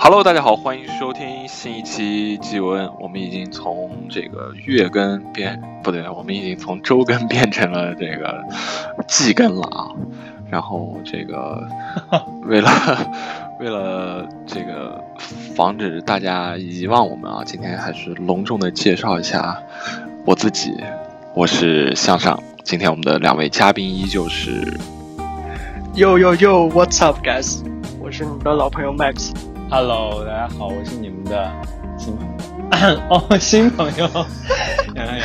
Hello，大家好，欢迎收听新一期季文。我们已经从这个月更变不对，我们已经从周更变成了这个季更了啊。然后这 个为了 为了这个防止大家遗忘我们啊，今天还是隆重的介绍一下我自己，我是向上。今天我们的两位嘉宾依旧是 Yo yo yo，What's up, guys？我是你们的老朋友 Max。 Hello，大家好，我是你们的新朋 友。哦，新朋友，哎洋洋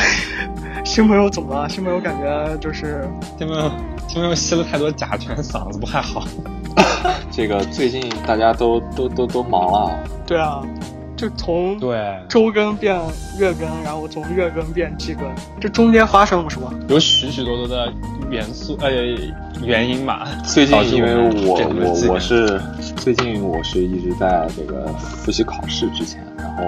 洋，新朋友怎么了？新朋友感觉就是新朋友，新朋友吸了太多甲醛，嗓子不太好。这个最近大家都都都都忙了。对啊，就从对，周更变月更，然后从月更变季更，这中间发生了什么？有许许多多的元素，呃，原因吧。最导近致因为们我变成了自己我我人是最近我是一直在这个复习考试之前，然后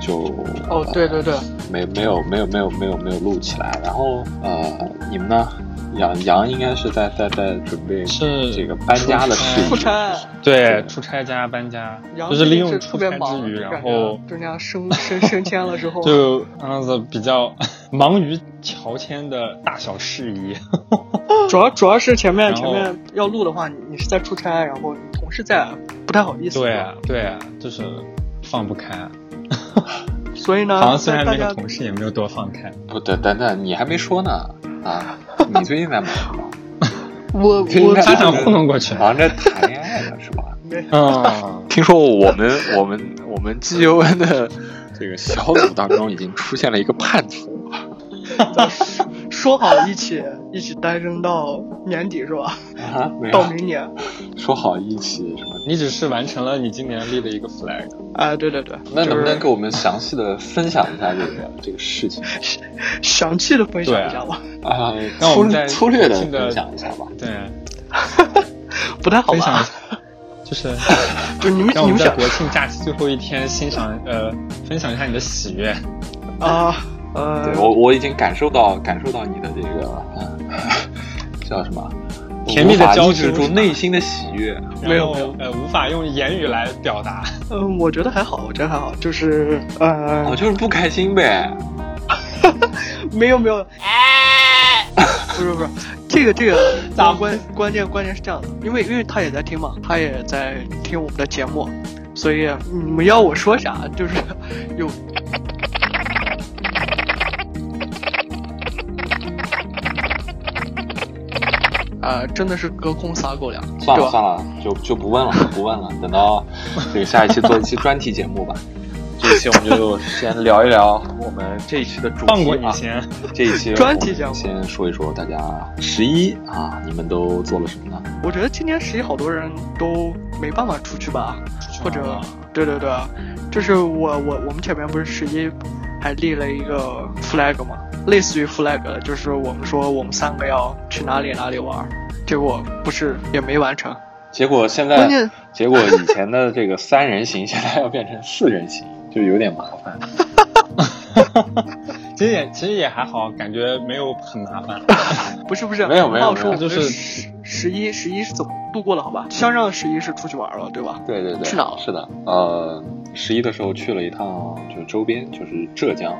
就呃哦，对对对，没没有没有没有没有没有录起来，然后呃你们呢？杨杨应该是在在在准备是这个搬家的事出宜，差，对出差加搬家，然后就是利用是出特别差忙，之余，感然觉后就那样升 升升迁了之后，就样子比较 忙于乔迁的大小事宜。 主要主要是前面然前后面要录的话，你你是在出差，然后你同事在，不太好意思。对啊，对啊，就是放不开。啊所以呢，好像虽然啊大那家个同事也没有多放 开。不等等等，你还没说呢 啊！你最近在忙什么？ 我听我着家长糊弄过去。好像在谈恋爱呢是吧？没啊嗯，听说我们我们我们 G U N 的这个小组当中已经出现了一个叛徒， 说好一起一起单身到年底是吧？啊，没有到明年。说好一起什么？ 你只是完成了你今年立的一个 flag。啊，对对对，那能不能就给我们详细的分享一下这个这个事情是详细的分享一下吧？啊？那粗我们再略粗略的进的分享一下吧。对，啊不太好分享一吧？下， 就是 就你们让你我们们在想国庆假期最后一天欣赏呃，分享一下你的喜悦。啊呃对，我我已经感受到感受到你的这个嗯 叫什么？甜蜜的无法交抑制织住内心的喜悦。没有然后呃，无法用言语来表达。嗯，我觉得还好，我觉得还好，就是我呃，就是不开心呗。没有没有， 不是不是，这个这个咋关关键关键是这样的，因为因为他也在听嘛，他也在听我们的节目，所以嗯你们要我说啥就是 有啊、真的是隔空撒狗粮，算对了吧？算了，就就不问了，不问了。等到这个下一期做一期专题节目吧。 这一期我们就先聊一聊我们这一期的主放过题你啊。先。这一期专题节目我们先说一说大家十一啊，你们都做了什么呢？我觉得今年十一好多人都没办法出去吧，或者哦啊对对对，就是我我我们前面不是十一还立了一个 flag 嘛，类似于 flag，的就是我们说我们三个要去哪里哪里玩儿，结果不是也没完成，结果现关键在，结果以前的这个三人行，现在要变成四人行，就有点麻 烦。其实也其实也还好，感觉没有很麻烦。不是不是，没有没有我说我没们有就是十十一十一是怎么度过的？好吧，相让十一是出去玩儿了，对吧？对对对，去哪儿是的，呃，十一的时候去了一趟，就是周边，就是浙江，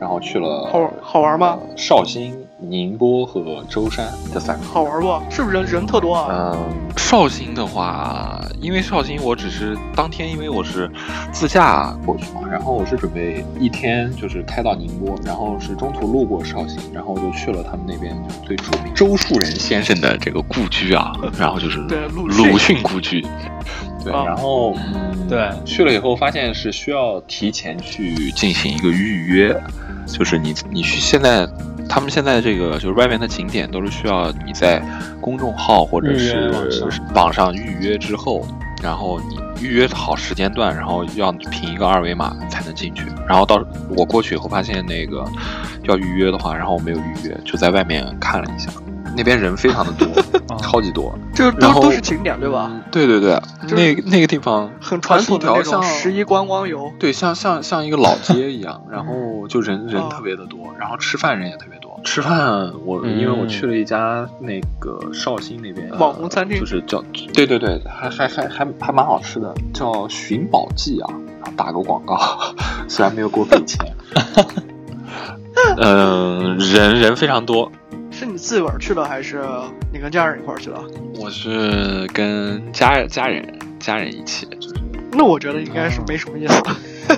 然后去了好好玩吗？呃绍兴、宁波和舟山这三个。好玩不？是不是人人特多啊？嗯，绍兴的话，因为绍兴我只是当天，因为我是自驾过去嘛，然后我是准备一天就是开到宁波，然后是中途路过绍兴，然后就去了他们那边就是最著名周树人先生的这个故居啊，然后就是对鲁鲁迅迅故居，对，啊然后嗯，对去了以后发现是需要提前去进行一个预约，就是你你去现在他们现在这个就是外面的景点都是需要你在公众号或者预是约网上网上预约之后，然后你预约好时间段，然后要凭一个二维码才能进去。然后到我过去以后发现那个要预约的话，然后我没有预约，就在外面看了一下。那边人非常 的多，啊超级多。这然都后都是景点对吧？嗯，对对对，就是那个那个地方很传统的它是那一条像种十一观光游，对，像像像一个老街一 样，然后就人人哦特别的多，然后吃饭人也特别多。吃饭我嗯因为我去了一家那个绍兴那边呃网红餐厅就是叫对对对，还还还还还蛮好吃的，叫寻宝记啊，打个广告， 虽然没有给我给 钱。嗯、人人非常多，是你自个儿去的还是你跟家人一块儿去的？我是跟家家人家人一起，就是那我觉得应该是没什么意思。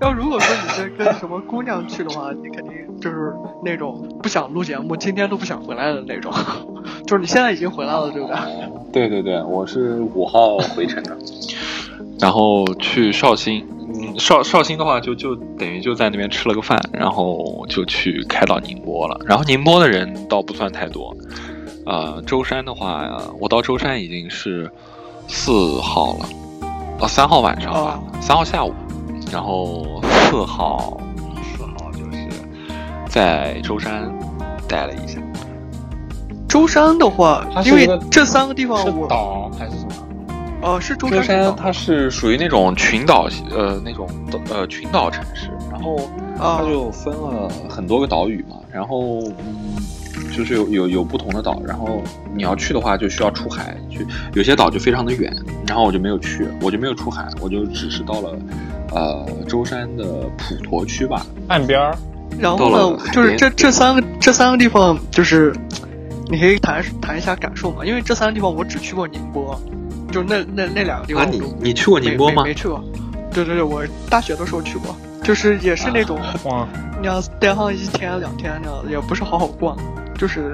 要如果说你是跟什么姑娘去的话，你肯定就是那种不想录节目，今天都不想回来的那种。就是你现在已经回来了，对不对？ 对对对，我是五号回程的， 然后去绍兴。嗯，绍绍兴的话就，就等于就在那边吃了个饭，然后就去开到宁波了。然后宁波的人倒不算太多，呃，舟山的话，我到舟山已经是四号了，哦，三号晚上吧，三、号下午，然后四号，四号就是在舟山待了一下。舟山的话它，是因为一个这三个地方是我岛还是什么？呃是舟舟山山它是属于那种群岛，呃，那种呃群岛城市，然后啊它就分了很多个岛屿嘛，然后嗯，就是有有有不同的岛，然后你要去的话就需要出海去，有些岛就非常的远，然后我就没有去，我就没有出海，我就只是到了呃舟山的普陀区吧，岸边儿，然到后了呢，海就是边这这三个这三个地方，就是你可以谈谈一下感受嘛，因为这三个地方我只去过宁波，就是那那那两个地啊，方我你都你去过没宁波吗没？没去过，对对对，我大学的时候去过，就是也是那种啊哇，那样待上一天两天那样子，也不是好好逛，就是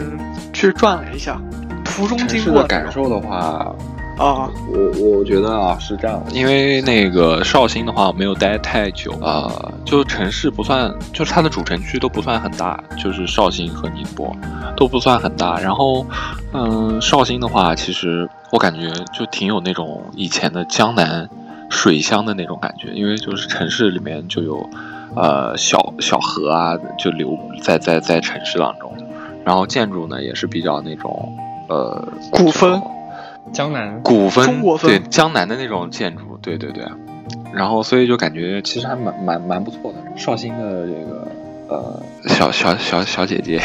去转了一下，途中城经市的过那感种受的话，啊，我我觉得啊是这样，因为那个绍兴的话我没有待太久啊、呃就城市不算，就是它的主城区都不算很大，就是绍兴和宁波都不算很大。然后，嗯，绍兴的话，其实我感觉就挺有那种以前的江南水乡的那种感觉，因为就是城市里面就有呃小小河啊，就流在在在城市当中，然后建筑呢也是比较那种呃古风。江南，古风，中国风对江南的那种建筑，对对对。然后所以就感觉其实还蛮蛮蛮不错的。绍兴的这个呃小小小小姐 姐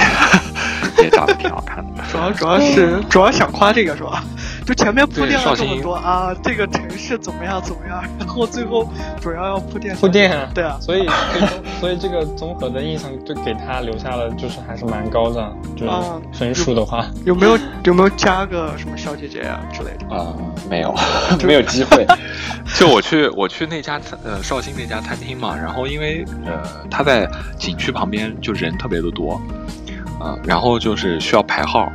也长得挺好看的。主要主要是嗯主要想夸这个是吧？就前面铺对垫了绍这么兴多啊，这个城市怎么样怎么样，然后最后主要要铺垫铺垫啊对啊，所以 最终所以这个综合的印象就给他留下了就是还是蛮高的，就啊是分数的话，嗯有没有有没有加个什么小姐姐啊之类的？啊、没 有，没有机会。 就我去我去那家餐呃绍兴那家餐厅嘛，然后因为呃它在景区旁边，就人特别的多，呃，然后就是需要排号。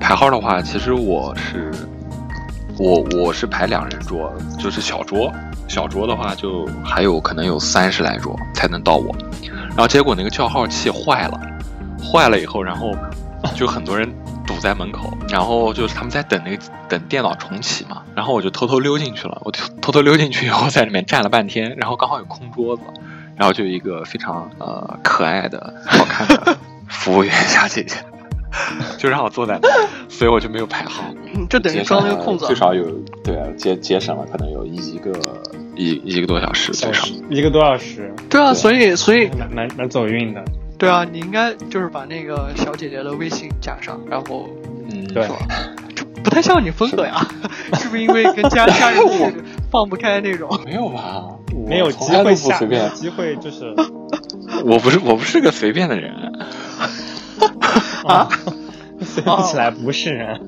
排号的话，其实我是我我是排两人桌，就是小桌，小桌的话就还有可能有三十来桌才能到我。然后结果那个叫号器坏了，坏了以后，然后就很多人堵在门口，然后就是他们在等那个等电脑重启嘛，然后我就偷偷溜进去了，我就偷偷溜进去以后在里面站了半天，然后刚好有空桌子，然后就一个非常呃可爱的、好看的服务员小姐姐。就让我坐在那儿，所以我就没有排号。嗯，这等于装了个空子啊。少有对啊，节节省了可能有一个一一个多小时最少。一个多小时，对啊，对所以所以蛮蛮蛮走运的，对啊，你应该就是把那个小姐姐的微信加上，然后嗯，对，这不太像你风 格呀，是不是因为跟家家人去放不开那种？ 没有吧？没有从机来都会不下，随没有便。机会就是 我不是我不是个随便的人，啊，随便起来不是人，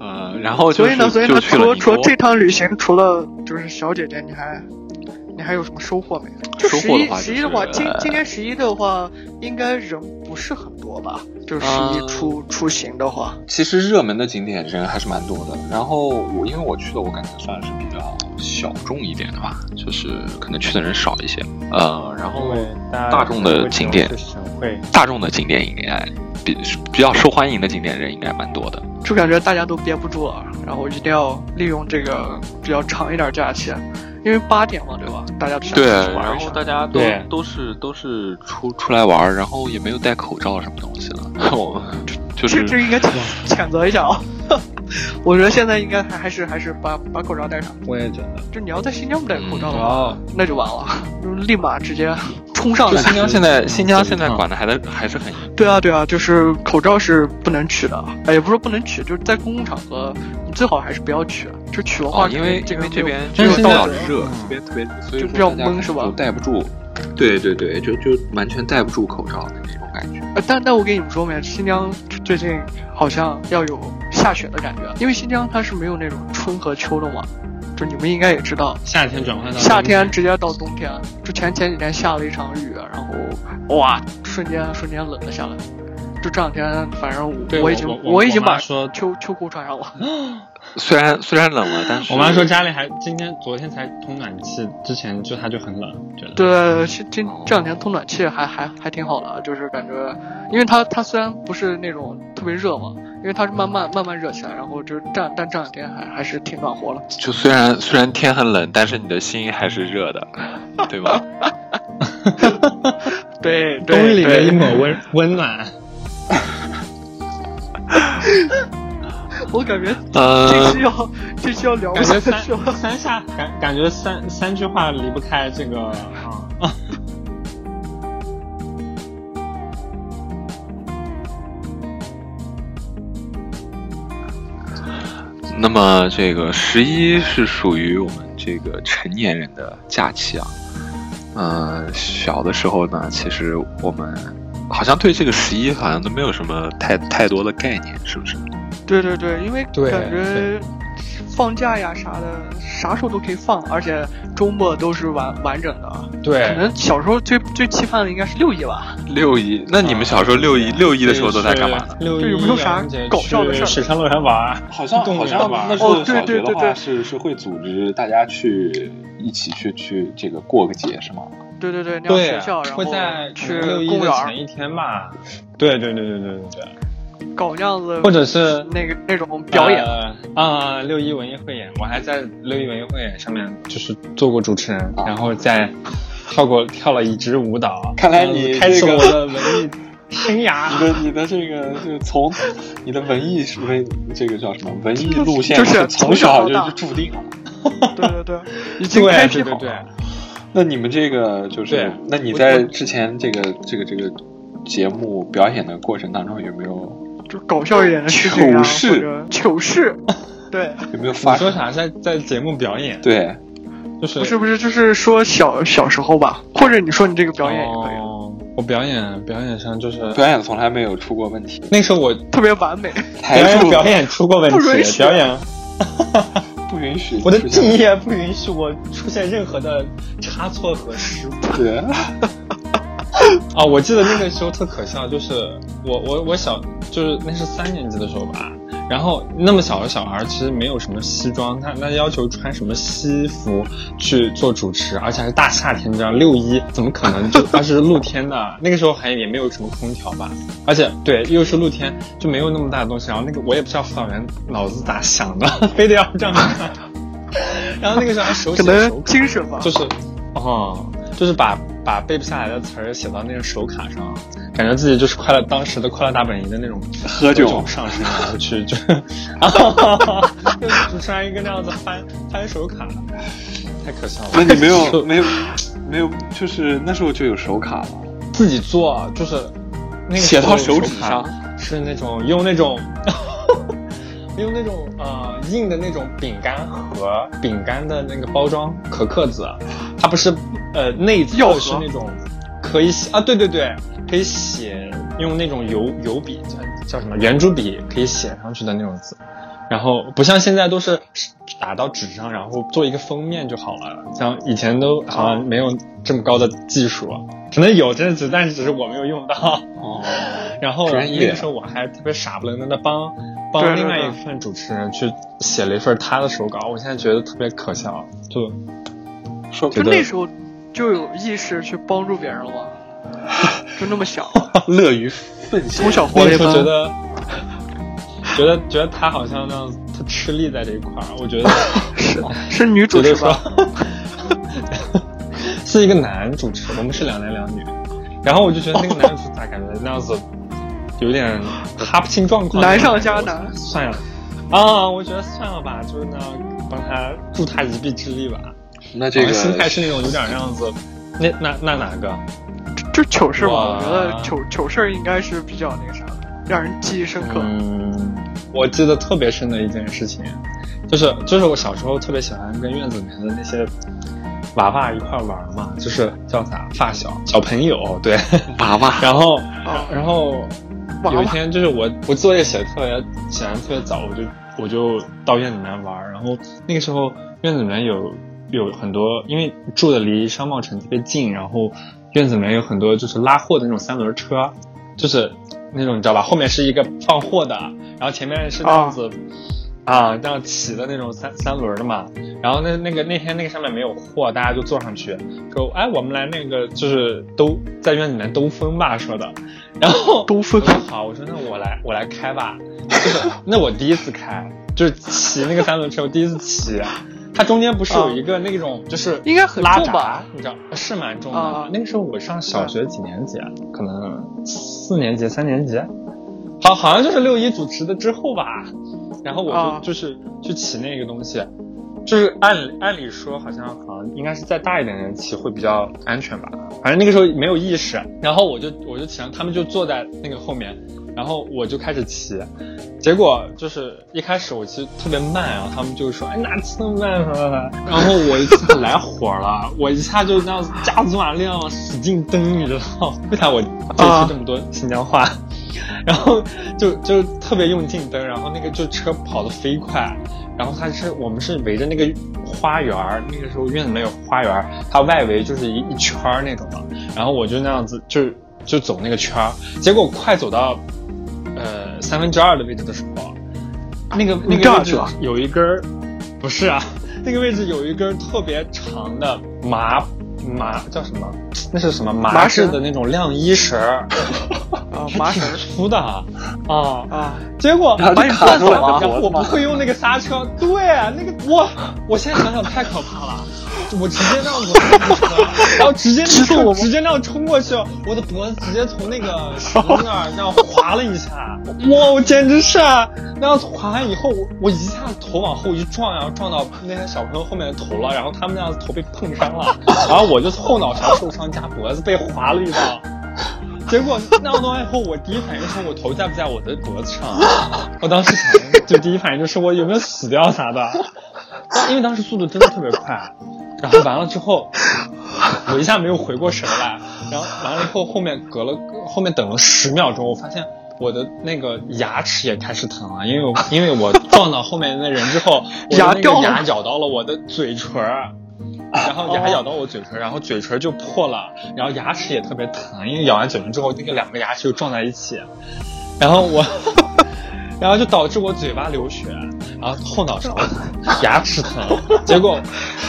呃，然后就所是以呢，所以就呢，去除了了宁除波了这趟旅行，除了就是小姐姐，你还你还有什么收获没？就收十获的一话十就一的话，是呃今今年十一的话，应该人不是很多吧？就是十一嗯出、出行的话，其实热门的景点人还是蛮多的。然后我因为我去的，我感觉算是比较小众一点的吧，就是可能去的人少一些。呃，然因后为大家大众的景点哦会去省会，大众的景点应该比比较受欢迎的景点人应该蛮多的。就感觉大家都憋不住了，然后一定要利用这个比较长一点假期，因为八点嘛，对吧？大家对，然然后大家都对都是都是出出来玩儿，然后也没有戴口罩什么东西的， 我们就这是这应该 谴谴责一下啊！ 我觉得现在应该还还是还是把把口罩戴上，我也觉得。就你要在新疆不戴口罩的话，哦，那就完了，就立马直接冲上嗯就来。新疆现在嗯新疆现走一在趟管的还得还是很严，对啊，对啊，就是口罩是不能取的，哎，也不是说不能取，就是在公共场合，你最好还是不要取。就取的话，哦，因为因为这这边但这边是比现较在热嗯，这边特别热，所以就说比较大家闷是吧都戴不住，对对对，就就完全戴不住口罩的那种感觉。呃，但但我跟你们说没，新疆最近好像要有下雪的感觉，因为新疆它是没有那种春和秋的嘛，就你们应该也知道，夏天转换到夏天直接到冬天，就前前几天下了一场雨，然后哇，瞬间瞬间冷了下来。就这两天，反正对我我已经我我我已经我妈把说秋秋裤穿上 了，虽然虽然冷了，但是我妈说家里还今天昨天才通暖气，之前就她就很冷，觉得对，今今哦这两天通暖气还还还挺好的，就是感觉，因为它它虽然不是那种特别热嘛，因为它是慢慢慢慢热起来，然后就是这样但这两天还还是挺暖 和了。就虽然虽然天很冷，但是你的心还是热 的，对吧？对，冬日里的一抹温温暖。我感觉这呃期，要这期要聊不嗯感觉下去三了。三下感感觉三三句话离不开这个啊。那么这个十一是属于我们这个成年人的假期啊。呃，小的时候呢，其实我们好像对这个十一好像都没有什么太太多的概念，是不是？对对对，因为对感觉对放假呀啥的，啥时候都可以放，而且周末都是完完整的。可对能小时候最最期盼的应该是六一吧。六一，那你们小时候六一、六一的时候都在干嘛呢？？六一这有没有啥搞笑的事儿水上乐园玩儿，好动物园吧哦对对对对是是会组织大家去一起去去这个过个节是吗？对对对，那样学校，然后会在去六一公的园前一天吧。对对对对对对对，儿搞那样子，或者是那个那种表演。呃啊，六一文艺汇演，我还在六一文艺汇演上面就是做过主持人，然后在跳过跳了一支舞蹈，看来你呃开启这了个我的文艺生你涯。的你的这个就是从你的文艺文这个叫什么文艺路线，就是从小就是注定了。对对 对，已经开对辟对好对了。对，那你们这个就是对，那你在之前这个这个这个节目表演的过程当中，有没有就搞笑一点的事情啊，糗事或者糗事，对，有没有发你生说？啥？在在节目表演，对，就是不是不是，就是说小小时候吧，或者你说你这个表演也可以，哦，我表演表演上就是表演从来没有出过问题，那时候我特别完美。台表柱演表演出过问不允许题，表演不允许出现。我的敬业啊不啊允许我出现任何的差错和失误对，啊！我记得那个时候特可笑，就是我我我小就是那是三年级的时候吧，然后那么小的小孩儿其实没有什么西装，他他要求穿什么西服去做主持，而且还是大夏天这样六一，怎么可能就而且是露天的，那个时候还也没有什么空调吧，而且对又是露天就没有那么大的东西，然后那个我也不知道辅导员脑子咋想的， 非得要这样干，然后那个时候还手可写手能稿精神吧，就是，哦，就是把把背不下来的词儿写到那个手卡上，感觉自己就是快乐当时的快乐大本营的那种喝酒上身，然后去就， 啊，就主持人一个那样子翻翻手卡，太可笑了。那你没 有就没有没有，就是那时候就有手卡了。自己做，就是那个写到时候手指卡上，是那种用那种 用那种呃硬的那种饼干盒，饼干的那个包装可可子，啊它不是呃内药侧盒是那种可以写啊，对对对，可以写用那种油油笔叫叫什么圆珠笔可以写上去的那种字。然后不像现在都是打到纸上，然后做一个封面就好了。像以前都好像没有这么高的技术，可能有这只，但是只是我没有用到。 哦，然后专业那个时候我还特别傻不愣登的帮对帮对另外一份主持人去写了一份他的手稿，我现在觉得特别可笑。就 说就觉得那时候就有意识去帮助别人了嘛， 就那么小，乐于奉献从小活了那个一时候番。觉 得觉得觉 得他好像那样特吃力在这一块儿，我觉得是是女主觉持得吧？说 是一个男主持，我们是两男两女，然后我就觉得那个男主咋感觉那样子有点哈不清状况，难上加难我算了啊，我觉得算了吧，就是呢，帮他助他一臂之力吧。那这好个像心态是那种有点那样子，那那那哪个？就糗事嘛，哇我觉得糗糗事儿应该是比较那个啥的，让人记忆深刻。嗯，我记得特别深的一件事情，就是就是我小时候特别喜欢跟院子里面的那些娃娃一块儿玩儿嘛，就是叫啥发小小朋友对， 娃娃，然后啊，然后娃嗯有一娃天就是我我作业写的特别写的特别早，我就我就到院子里面玩儿，然后那个时候院子里面有有很多，因为住的离商贸城特别近，然后院子里面有很多就是拉货的那种三轮车，就是那种你知道吧，后面是一个放货的，然后前面是那样子。啊，这样骑的那种三三轮的嘛，然后那那个那天那个上面没有货，大家就坐上去，说哎，我们来那个就是兜在院子里面兜风吧，说的。然后兜风我说好，我说那我来我来开吧，就是那我第一次开，就是骑那个三轮车，我第一次骑。啊它中间不是有一个那种就是应该很拉重闸吧，你知道是蛮重的。啊那个时候我上小学几年级啊？可能四年级、三年级，好好像就是六一主持的之后吧。然后我就、啊就是去骑那个东西，就是按按理说好像好像应该是再大一点的人骑会比较安全吧，反正那个时候没有意识，然后我就我就骑上，他们就坐在那个后面，然后我就开始骑，结果就是一开始我骑特别慢，然后他们就说哎哪骑那么慢什么的，然后我一下来火了，我一下就那样子加足马力往上使劲蹬，你知道吗？为啥我这啊出这么多新疆话？然后就就特别用劲蹬，然后那个就车跑得飞快，然后它是我们是围着那个花园儿，那个时候院子里面有花园儿，它外围就是一一圈儿那种嘛，然后我就那样子就就走那个圈儿，结果快走到呃三分之二的位置的时候，啊啊那个你那个炸位置去了有一根儿，不是啊， 那个位置有一根儿特别长的麻麻叫什么？那是什么麻麻质绳的那种晾衣绳儿， 啊，麻还挺绳儿粗的啊。啊啊，结果然后就把你卡绊住了你倒的脖子我吗不会用那个刹车，对，啊那个我我现在想想太可怕了，我直接让我 然后直接直冲我我直接那样冲过去，我的脖子直接从那 个石头那儿这样划了一下，哇，我简直是啊那样划完以后，我我一下头往后一撞，然后撞到那些小朋友后面的头了，然后他们那样子头被碰伤了，然后我就后脑勺受伤加脖子被划了一道。结果那弄完以后，我第一反应是我头在不在我的脖子上啊？我 当时想，就第一反应就是我有没有死掉啥的，因为当时速度真的特别快。然后完了之后，我一下没有回过神来，然后完了以后，后面隔了后面等了十秒钟，我发现我的那个牙齿也开始疼了，因为我因为我撞到后面那人之后，我的牙那掉了个牙咬到了我的嘴唇儿。然后牙哦咬到我嘴唇，然后嘴唇就破了，然后牙齿也特别疼，因为咬完嘴唇之后，那个两个牙齿就撞在一起，然后我， 然后就导致我嘴巴流血，然后后脑哦勺疼，牙齿疼，结 果，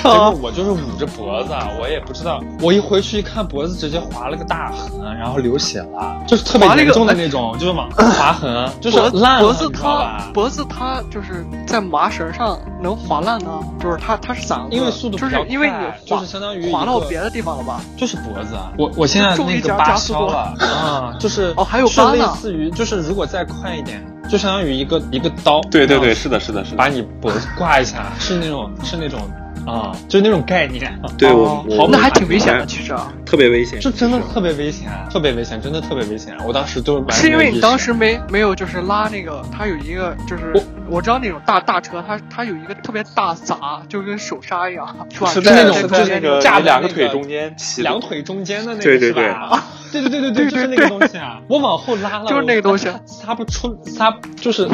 结果我就是捂着脖子，啊我也不知道，我一回去一看，脖子直接划了个大痕，然后流血了，就是特别划了一严个重的那种，就是 往划痕，就是脖烂了，脖子你知道吧它？脖子它就是在麻绳上能划烂呢，就是它它是咋？因为速度比就较是因为你快划就是相当于一划到个别的地方了吧？就是脖子，啊，我我现在那个疤消 了啊，就是哦还有是疤呢类似于就是如果再快一点，就相当于一个一个刀，啊对对对，，是的，是的，是的把。你脖子挂一下，是那种是那种啊，就是那种概念，啊对哦我，我那还挺危险的，其实啊，特别危险，就真的其实特别危险，特别危险，真的特别危险。啊我当时就是完全是因为没有意你识当时没没有就是拉那个，它有一个就是我知道那种大大车，它它有一个特别大闸，就跟手刹一样，是吧？是在在就那种是就在那是中间个架在那你两个个腿中间骑的，两腿中间的那个对对是吧？啊对对对对对，就是那个东西啊！我往后拉了，就是那个东西我擦擦不出，擦就是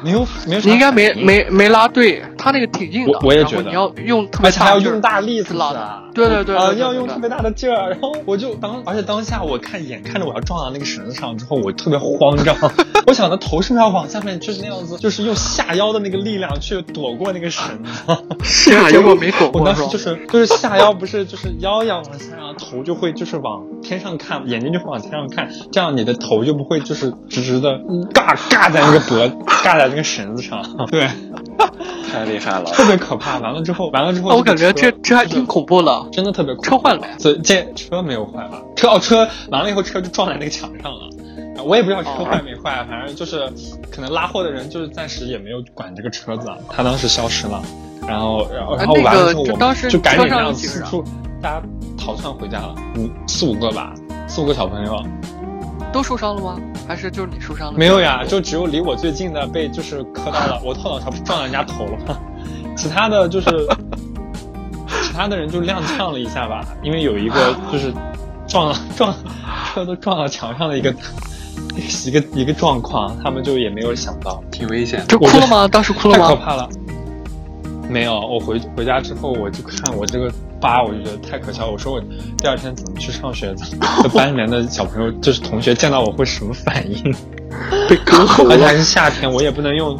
没有没有啥反应。你应该没没没拉对，它那个挺硬的，我我也然后觉得你要用特而别且还要劲儿用大力是去拉吧的，对对对，啊、对对要对用对特别大的劲儿，然后我就当，而且当下我看眼看着我要撞到那个绳子上之后，我特别慌 张，我想着头是不是要往下面，就是那样子，就是用下腰的那个力量去躲过那个绳 子。下结果啊没躲我过当是时吧？就是就是下腰不是就是腰要往下，然后头就会就是往天上看，眼睛就会往天上看，这样你的 头就不会就是直直的尬尬在那个脖，尬在那个绳子上。对，太厉害了。特别可怕。完了之后，完了之后那个车，我感觉这这还挺恐怖的。真的特别恐怖车坏了没所以这车没有坏吧？车哦，车完了以后车就撞在那个墙上了。啊我也不知道车坏没坏，啊反正就是可能拉货的人就是暂时也没有管这个车子，啊他当时消失了。然后，然后，然后啊那个完了之后，就我当们时就赶紧车上让有几个四人啊处大家逃窜回家了，五四五个吧，四五个小朋友。都受伤了吗？还是就是你受伤了？没有呀，就只有离我最近的被就是磕到了，我后脑勺撞到人家头了，其他的就是其他的人就踉跄了一下吧，因为有一个就是撞了撞车都撞到墙上的一个一个一个状况，他们就也没有想到，挺危险的。就哭了吗？当时哭了太可吗？怕了。没有，我回回家之后，我就看我这个疤，我就觉得太可笑了。我说我第二天怎么去上学的？ 这班里面的小朋友就是同学见到我会什么反应？被割喉 而且还是夏天，我也不能用。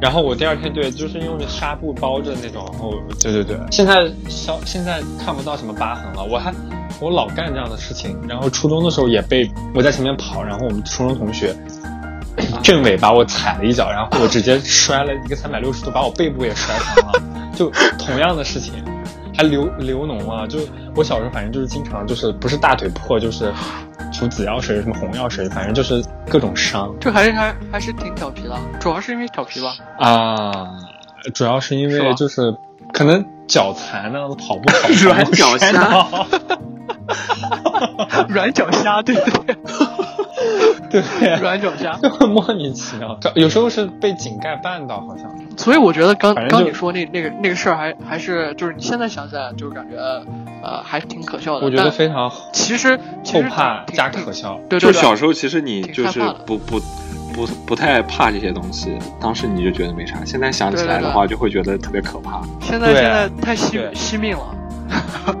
然后我第二天对，就是用纱布包着那种，然后对对对，现在消现在看不到什么疤痕了。我还我老干这样的事情，然后初中的时候也被我在前面跑，然后我们初中同学正尾把我踩了一脚，然后我直接摔了一个三百六十度，把我背部也摔伤了，就同样的事情。还流流脓啊！就我小时候，反正就是经常就是不是大腿破，就是涂紫药水、什么红药水，反正就是各种伤。这还是还还是挺调皮的，主要是因为调皮 吧。啊，主要是因是吧为就是可能脚残呢，跑步 跑软脚虾摔倒软脚虾，对对对， 对， 软脚虾。就很莫名其妙。有时候是被井盖绊到，好像所以我觉得刚反正就刚你说那那个那个事儿还还是就是你现在想起来就是感觉呃还挺可笑的。我觉得但非常后其实其实怕挺加挺 可笑。对就对是对，小时候其实你就挺是害怕的不不不不太怕这些东西，当时你就觉得没啥，现在想起来对对的对话就会觉得特别可怕。现在对啊现在太惜对惜命了，啊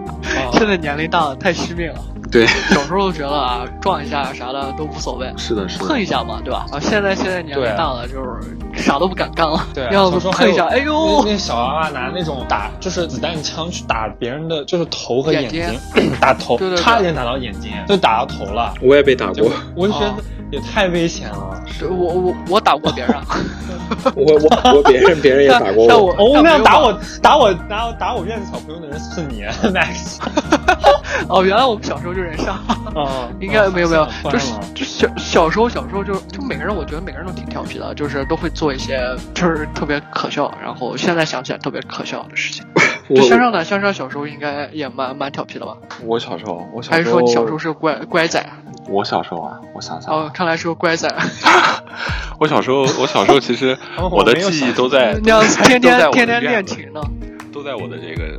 现在年龄大了太惜命了。对，小时候觉得啊撞一下啥的都无所谓，是的，是碰一下嘛，对吧？啊，现在现在年龄对啊大了，就是啥都不敢干了，对啊，要小不时候还碰一下，有哎那呦，那小娃娃拿那种打就是子弹枪去打别人的，就是头和眼眼睛， 打头对对，对差点打到眼睛，就打到头了。我也被打结果我就觉哦得也太危险了。 对我我我打过别人，我我我别人别人也打 过我但但我哦，那样打打我我打我打我打我院子小朋友的人是你啊 Max 哦，原来我们小时候就认识啊， 啊应该没有没有，就是算了就小小时候小时候就就每个人，我觉得每个人都挺调皮的，就是都会做一些就是特别可笑，然后现在想起来特别可笑的事情。就向上呢，向上小时候应该也蛮蛮调皮的吧？我小时候，我小还是时说候，你小时候是乖乖仔？我小时候啊，我想想，哦，看来是个乖仔，我小时候，我小时候其 实哦我的没有记忆想都在那样子天哎都在天我的天天练院子琴呢。都在我的这个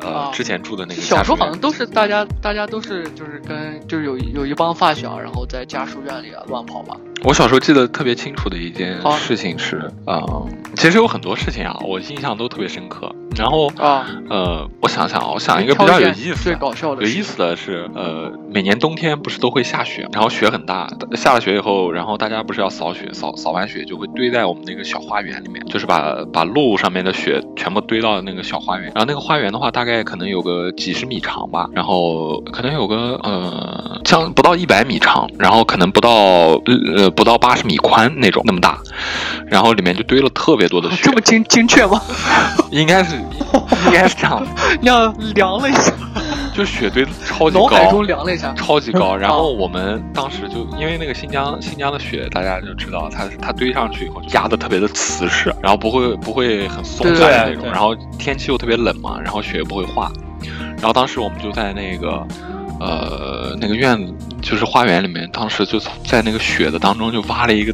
啊呃之前住的那个小时候好像都都是大家大家都是就是跟就是有有一帮发小，然后在家属院里啊乱跑吧。我小时候记得特别清楚的一件好事情是，嗯，其实有很多事情啊，我印象都特别深刻。然后啊，呃，我想想啊，我想一你个比挑较有件意思最的。搞笑的有事意思的是，呃，每年冬天不是都会下雪，然后雪很大，下了雪以后，然后大家不是要扫雪，扫扫完雪就会堆在我们那个小花园里面，就是把把路上面的雪全部堆到那个小花园。然后那个花园的话，大概可能有个几十米长吧，然后可能有个呃，将不到一百米长，然后可能不到呃不到八十米宽那种那么大，然后里面就堆了特别多的啊雪，这么精精确吗？ 应该是应该是这样，那样量了一下，就雪堆得超级脑高。海中量了一下。超级 高。然后我们当时就因为那个新疆新疆的雪，大家就知道它它堆上去以后就压的特别的瓷实，然后不会不会很松散的那对对种。对然后天气又特别冷嘛，然后雪又不会化。然后当时我们就在那个。呃，那个院子就是花园里面，当时就在那个雪的当中就挖了一个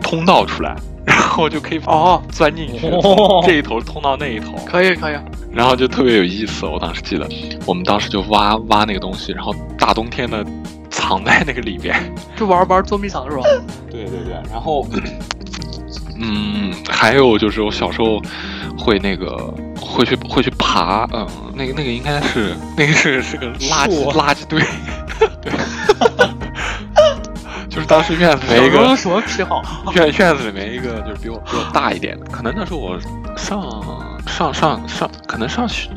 通道出来，然后就可以哦，钻进 去，哦这一头通到那一头。可以可以，然后就特别有意思，我当时记得，我们当时就挖挖那个东西，然后大冬天的藏在那个里边。 就玩玩捉迷藏是吧？对对对，然后，嗯，还有就是我小时候会那个会去会去爬，嗯，那个那个应该是 那个是是个垃圾啊树垃圾堆， 对，就是当时 院子小里一时候个有什么癖好？院院子里面一个就是比我比我大一点的，可能那时候我上上上上，可能上学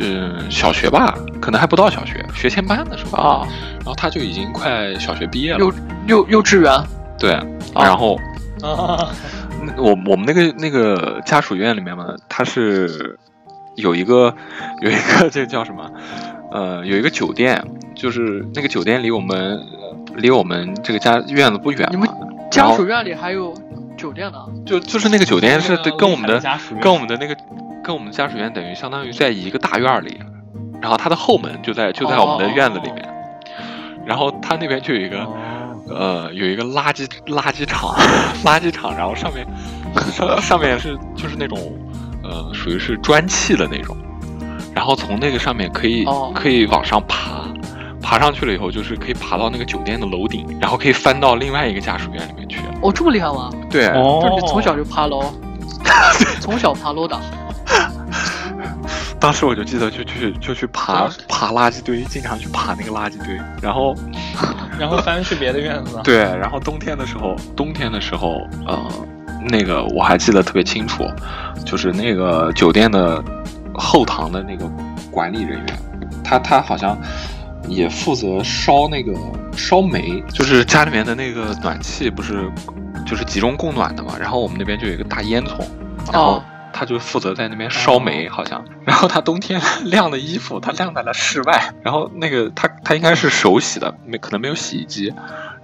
嗯小学吧，可能还不到小学，学前班的时候啊，然后他就已经快小学毕业了啊幼，幼幼稚园对，然后啊，那我我们那个那个家属院里面嘛，它是有一个有一个这叫什么？呃，有一个酒店，就是那个酒店离我们离我们这个家院子不远你嘛们。家属院里还有酒店呢，就就是那个酒店是对跟我们的家属院跟我们的那个跟我们家属院等于相当于在一个大院儿里，然后它的后门就在就在我们的院子里面，然后它那边就有一个哦呃有一个垃圾垃圾场， 垃圾场，然后上面上上面是就是那种呃属于是砖砌的那种，然后从那个上面可以、哦可以往上爬，爬上去了以后就是可以爬到那个酒店的楼顶，然后可以翻到另外一个家属院里面去。哦，这么厉害吗？对，就是你哦，从小就 爬楼，从小爬楼党。当时我就记得就去就去爬当时啊爬垃圾堆，经常去爬那个垃圾堆，然后然后翻去别的院子了。对，然后冬天的时候，冬天的时候，呃，那个我还记得特别清楚，就是那个酒店的后堂的那个管理人员，他他好像也负责烧那个烧煤，就是家里面的那个暖气不是就是集中供暖的嘛，然后我们那边就有一个大烟囱，然后哦他就负责在那边烧煤，好像。然后他冬天 晾的衣服，他晾在了室外。然后那个他他应该是手洗的，没可能没有洗衣机，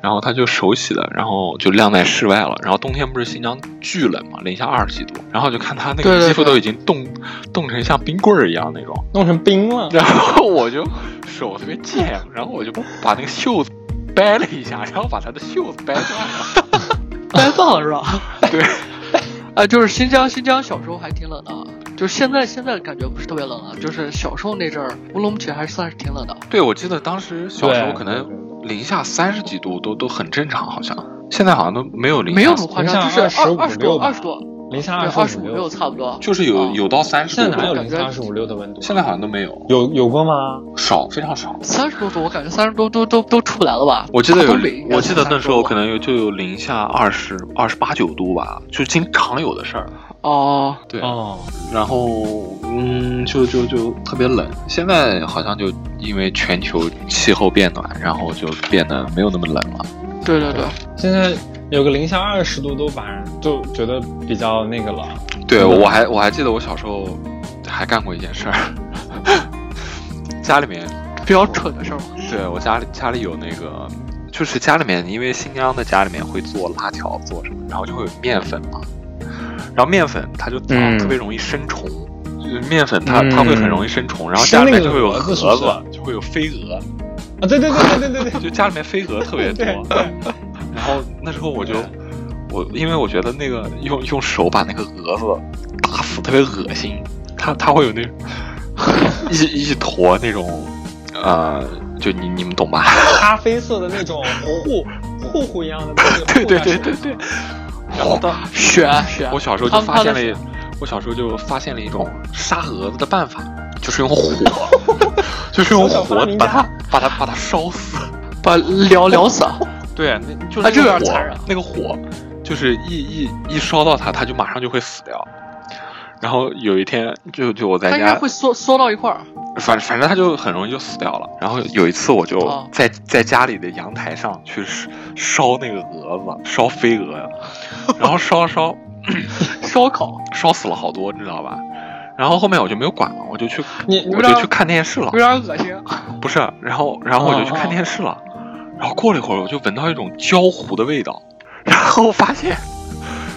然后他就手洗的，然后就晾在室外了。然后冬天不是新疆巨冷嘛，零下二十几度，然后就看他那对对个衣服对都已经冻冻成像冰棍儿一样那种。 弄成冰了。然后我就手特别贱，然后我就把那个袖子掰了一下，然后把他的袖子掰断 了。白放了是吧？ 对。 啊，就是新疆，新疆小时候还挺冷的，就是现在现在感觉不是特别冷了，啊就是小时候那阵儿乌鲁木齐还算是挺冷的。对，我记得当时小时候对可能零下三十几度都都很正常，好像现在好像都没有零下，没有那么夸张，零就是下二25二十多，吧二十多，零下对，二二十十五五六差不多。就是有哦有到三十现度在哪有吧，零下二十五六的温度？啊现在好像都没有，有有过吗？少非常少。三十多度，我感觉三十多都都都出不来了吧？我记得有东北应，该我记得那时候是30多吧可能有就有零下二十二十八九度吧，就经常有的事儿。哦，对，哦，然后嗯，就就就特别冷。现在好像就因为全球气候变暖，然后就变得没有那么冷了。对对对，现在有个零下二十度都把人就觉得比较那个了。对，嗯我还我还记得我小时候还干过一件事儿， 家里面比较蠢的事儿嘛。对我家里家里有那个，就是家里面因为新疆的家里面会做辣条做什么，然后就会有面粉嘛，然后面粉它就嗯特别容易生虫。就是面粉它嗯它会很容易生虫，然后是家里面那个就会有蛾蛾子是子，不是就会有飞蛾，啊，对对对对对对对就家里面飞蛾特 别多。对对，然后那时候我就我因为我觉得那个用用手把那个蛾子打死特别恶心，它它会有那种 一一坨那种呃，就你你们懂吧？ 咖啡色的那 种糊糊糊一样的东西。对对糊在对手对上对。然后当雪雪，我小时候就发现了一，我小时候就发现了一种杀蛾子的办法，就是用火， 就是用小小发火明家把它把它把它烧死。把聊聊死啊！ 对，那就啊是这那个有点火残忍那个火就是一一一烧到它，它就马上就会死掉。然后有一天，就就我在它应该家会，缩缩到一块儿。反反正它就很容易就死掉了。然后有一次，我就哦在、在家里的阳台上去烧那个蛾子，烧飞蛾，然后烧烧烧烤，烧死了好多，你知道吧？然后后面我就没有管了，我就去你你我不就知去道看电视了有，点恶心。不是，然后然后我就去看电视了，然后过了一会儿我就闻到一种焦糊的味道，然后发现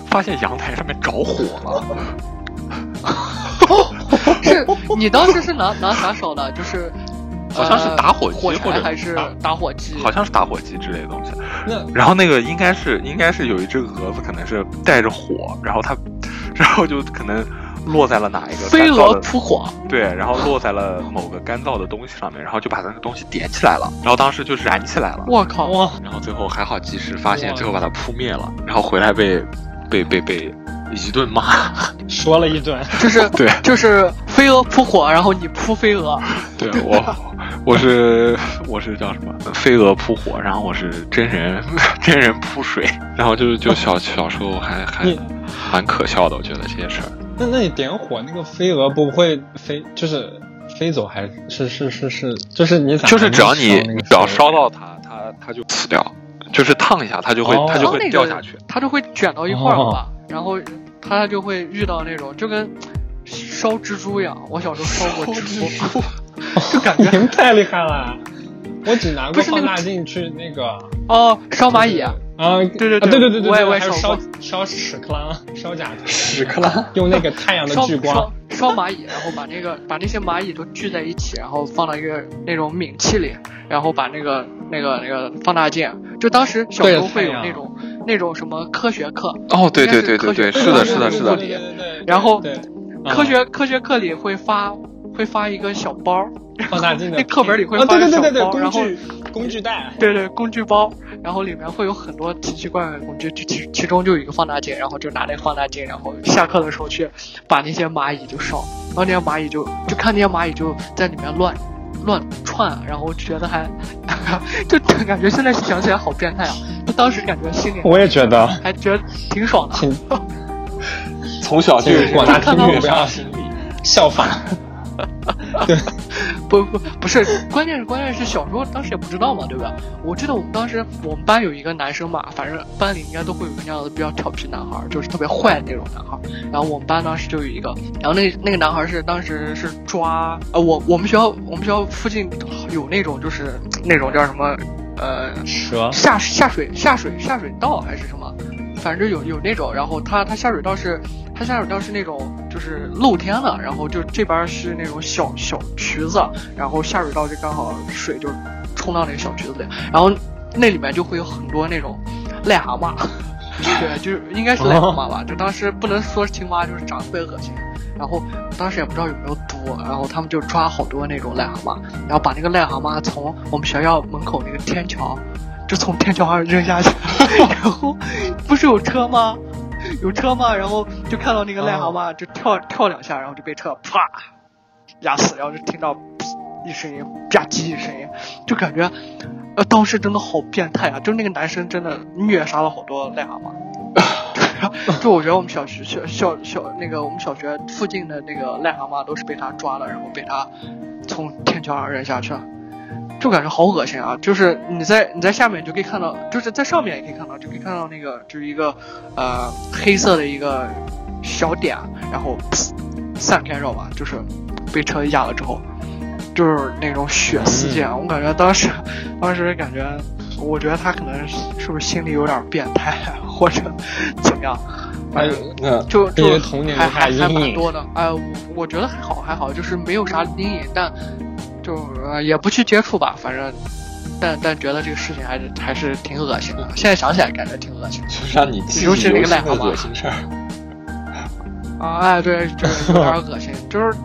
发现阳台上面着火了，是你当时是拿拿啥烧的？就是好像是呃打火机火或柴者还是打打火机？好像是打火机之类的东西。那然后那个应该是应该是有一只蛾子，可能是带着火，然后它然后就可能落在了哪一个飞干燥蛾的扑火。对，然后落在了某个干燥的东西上面，然后就把那个东西点起来了，然后当时就燃起来了。我靠！哇，然后最后还好及时发现，哇最后把它扑灭了，然后回来被被被被一顿 骂。说了一顿，就是对就是飞蛾扑火，然后你扑飞蛾。对我我是我是叫什么飞蛾扑火，然后我是真人真人扑水，然后就就小小时候还还你蛮可笑的，我觉得这些事儿。那那你点火那个飞蛾不会飞就是飞走还是是是是就是你咋就是只要能你烧那你个只要飞蛾烧到它，它它就死掉，就是烫一下它就会哦它就然后会那掉个下去。它就会卷到一块儿了吧？然后他就会遇到那种就跟烧蜘蛛一样，我小时候烧过蜘蛛，就感 你觉们太厉害了！我只拿不过是那放个大镜去那个哦烧蚂蚁，啊，对对啊对对对对对，我也我也还有烧烧过烧屎壳郎、 烧甲壳，屎壳郎，用那个太阳的烧聚烧光，烧蚂蚁，然后把那个把那些蚂蚁都聚在一起，然后放到一个那种皿器里，然后把那个那个那个放大镜，就当时小时候会有那种那种什么科学课，哦，对对对应该对对，是科学是的，是的，对是对的对，对对对，然后对啊科学科学课里会发会发一个小包，放大镜的那课本里会啊，放对个对小对对对，包然工后具工具袋，对对，工具包，然后里面会有很多奇奇怪怪的工具，就其其中就有一个放大镜，然后就拿那个放大镜，然后下课的时候去把那些蚂蚁就烧，然后那些蚂蚁就就看那些蚂蚁就在里面乱乱窜，然后觉得还 就感觉现在想起来好变态啊，就当时感觉心里我也觉得，还觉得挺爽的。请从小就请是广大听看到众我不要效仿， 不不不是，关键是关键是小时候当时也不知道嘛，对吧？我记得我们当时我们班有一个男生嘛，反正班里应该都会有个那样的比较调皮男孩儿，就是特别坏的那种男孩儿。然后我们班当时就有一个，然后那那个男孩儿是当时是抓呃我我们学校我们学校附近有那种就是那种叫什么呃蛇下下水下水下水道还是什么，反正有有那种，然后它它下水道是它下水道是那种就是露天的，然后就这边是那种小小渠子，然后下水道就刚好水就冲到那个小渠子里，然后那里面就会有很多那种癞蛤蟆，对，就是应该是癞蛤蟆吧，就当时不能说是青蛙，就是长得特别恶心。然后当时也不知道有没有毒，然后他们就抓好多那种癞蛤蟆，然后把那个癞蛤蟆从我们学校门口那个天桥，就从天桥上扔下去， 然后不是有车吗？有车吗？然后就看到那个癞蛤蟆就跳、跳两下，然后就被车啪压死，然后就听到一声音吧唧一声音，就感觉呃当时真的好变态啊！就那个男生真的虐杀了好多癞蛤蟆。 就我觉得我们小学小小小那个我们小学附近的那个癞蛤蟆都是被他抓了，然后被他从天桥上扔下去了，就感觉好恶心啊！就是你在你在下面你就可以看到，就是在上面也可以看到，就可以看到那个就是一个呃黑色的一个小点，啊然后噗散开肉吧，就是被车压了之后，就是那种血丝溅，我感觉当时当时感觉。我觉得他可能是是不是心里有点变态，啊或者怎么样？哎反呦正那就哎这就些童年还留下还阴还蛮影多的。哎，我我觉得还好还好，就是没有啥阴影，但就、呃也不去接触吧，反正。但但觉得这个事情还是还是挺恶心的，现在想起来感觉挺恶心就是让你记忆尤犹其那新个癞的蛤蟆恶心事儿。的啊！哎，对，就是有点恶心，就是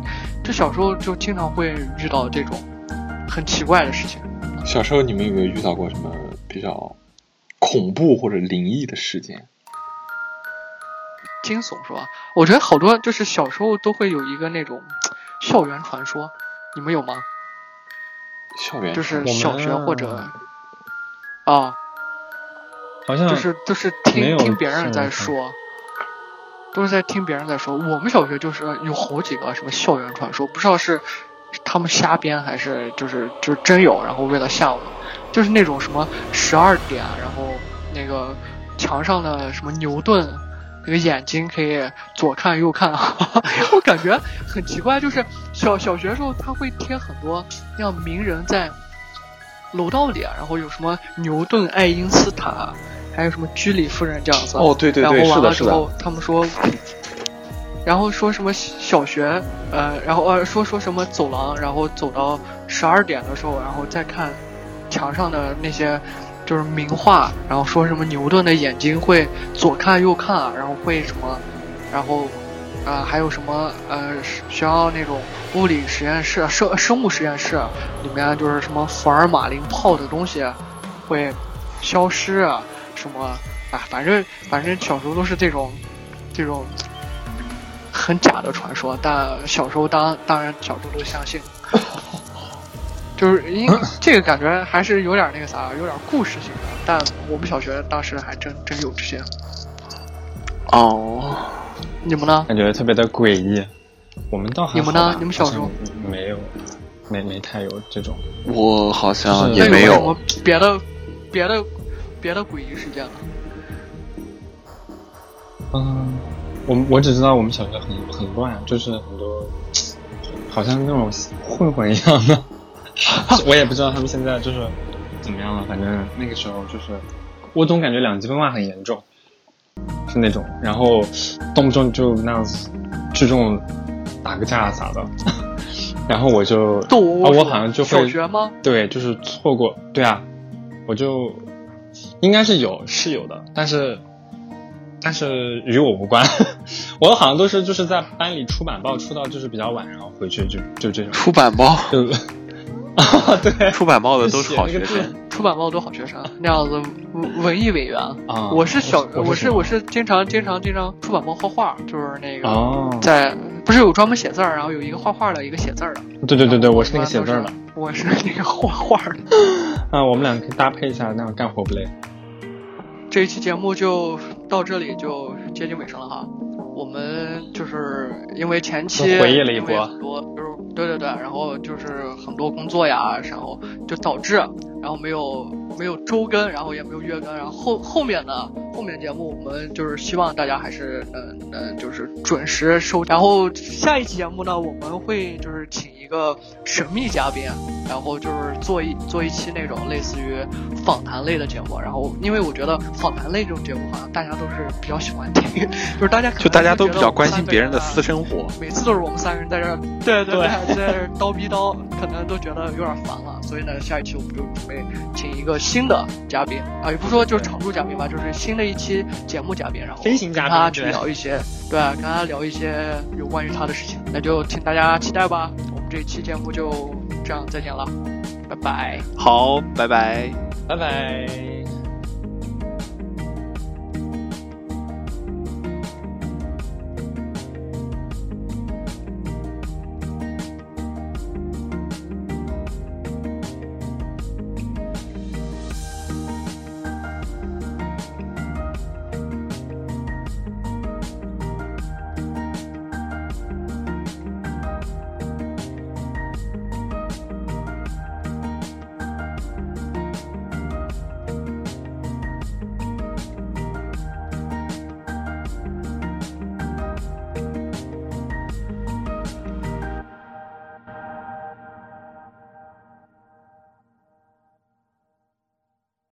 就小时候就经常会遇到这种很奇怪的事情。小时候你们有没有遇到过什么比较恐怖或者灵异的事件？惊悚是吧？我觉得好多就是小时候都会有一个那种校园传说，你们有吗？校园就是我小学们嗯或者啊，好像就是就是嗯没听有听别人校在园传说，都是在听别人在说。我们小学就是有好几个什么校园传说，不知道是他们瞎编还是就是就是真有，然后为了吓我们，就是那种什么十二点，然后那个墙上的什么牛顿。那个眼睛可以左看右看，啊 我感觉很奇怪，就是小小学时候他会贴很多那样名人在楼道里啊，然后有什么牛顿、爱因斯坦，啊还有什么居里夫人这样子。啊哦，对对对，然后是完的，了是之的，后，他们说，然后说什么小学，呃，然后呃说说什么走廊，然后走到十二点的时候，然后再看墙上的那些就是名画，然后说什么牛顿的眼睛会左看右看啊，然后会什么，然后啊、呃还有什么呃学校那种物理实验室、啊生生物实验室啊里面就是什么福尔马林泡的东西啊会消失啊，什么啊，反正反正小时候都是这种这种很假的传说，但小时候当当然小时候都相 信，就是因这个感觉还是有点那个啥，有点故事性的。但我们小学当时还真真有这些，哦，你们呢？感觉特别的诡异。我们倒还你们好呢吧你们小时候好像没有，没没太有这种。我好像就是也那没有什有么，别的别的别的诡异事件吗？嗯，我我只知道我们小学很很乱，就是很多好像那种混混一样的， 我也不知道他们现在就是怎么样了，反正那个时候就是我总感觉两极分化很严重，是那种，然后动不动就那样子聚众打个架啥的， 然后我就斗殴啊，是我吗好像就会小学吗？对，就是错过，对啊，我就应该是有是有的，但是但是与我无关， 我好像都是就是在班里出版报出到就是比较晚，然后回去就就这种出版报，就 啊 对出版报的都是好学写那个生。出版报多好学生，那样子文文艺委员。啊，我是小，我是什么我是经常经常经常出版报画画，就是那个、哦，在不是有专门写字儿，然后有一个画画的，一个写字儿的。对对对对，我是那个写字儿的，我是那个画画的。啊，我们俩可以搭配一下，那样干活不累。这一期节目就到这里就接近尾声了哈。我们就是因为前期又回忆了一波因为很多就是对对对，然后就是很多工作呀，然后就导致然后没有没有周更，然后也没有月更，然后后后面呢后面节目我们就是希望大家还是嗯嗯就是准时收，然后下一期节目呢我们会就是请一个神秘嘉宾，然后就是做一做一期那种类似于访谈类的节目，然后因为我觉得访谈类这种节目好像大家都是比较喜欢听，就是大家可能就大家都觉比得较我们关三心个别人的啊私生活，每次都是我们三个人在这儿，对对对，在这儿叨逼叨，可能都觉得有点烦了。所以呢，下一期我们就准备请一个新的嘉宾啊，也不说就是常驻嘉宾吧，就是新的一期节目嘉宾，然后飞行嘉跟宾他去啊对聊一些，对，跟他聊一些有关于他的事情。那就请大家期待吧，我们这一期节目就这样，再见了，拜拜。好，拜拜。拜拜。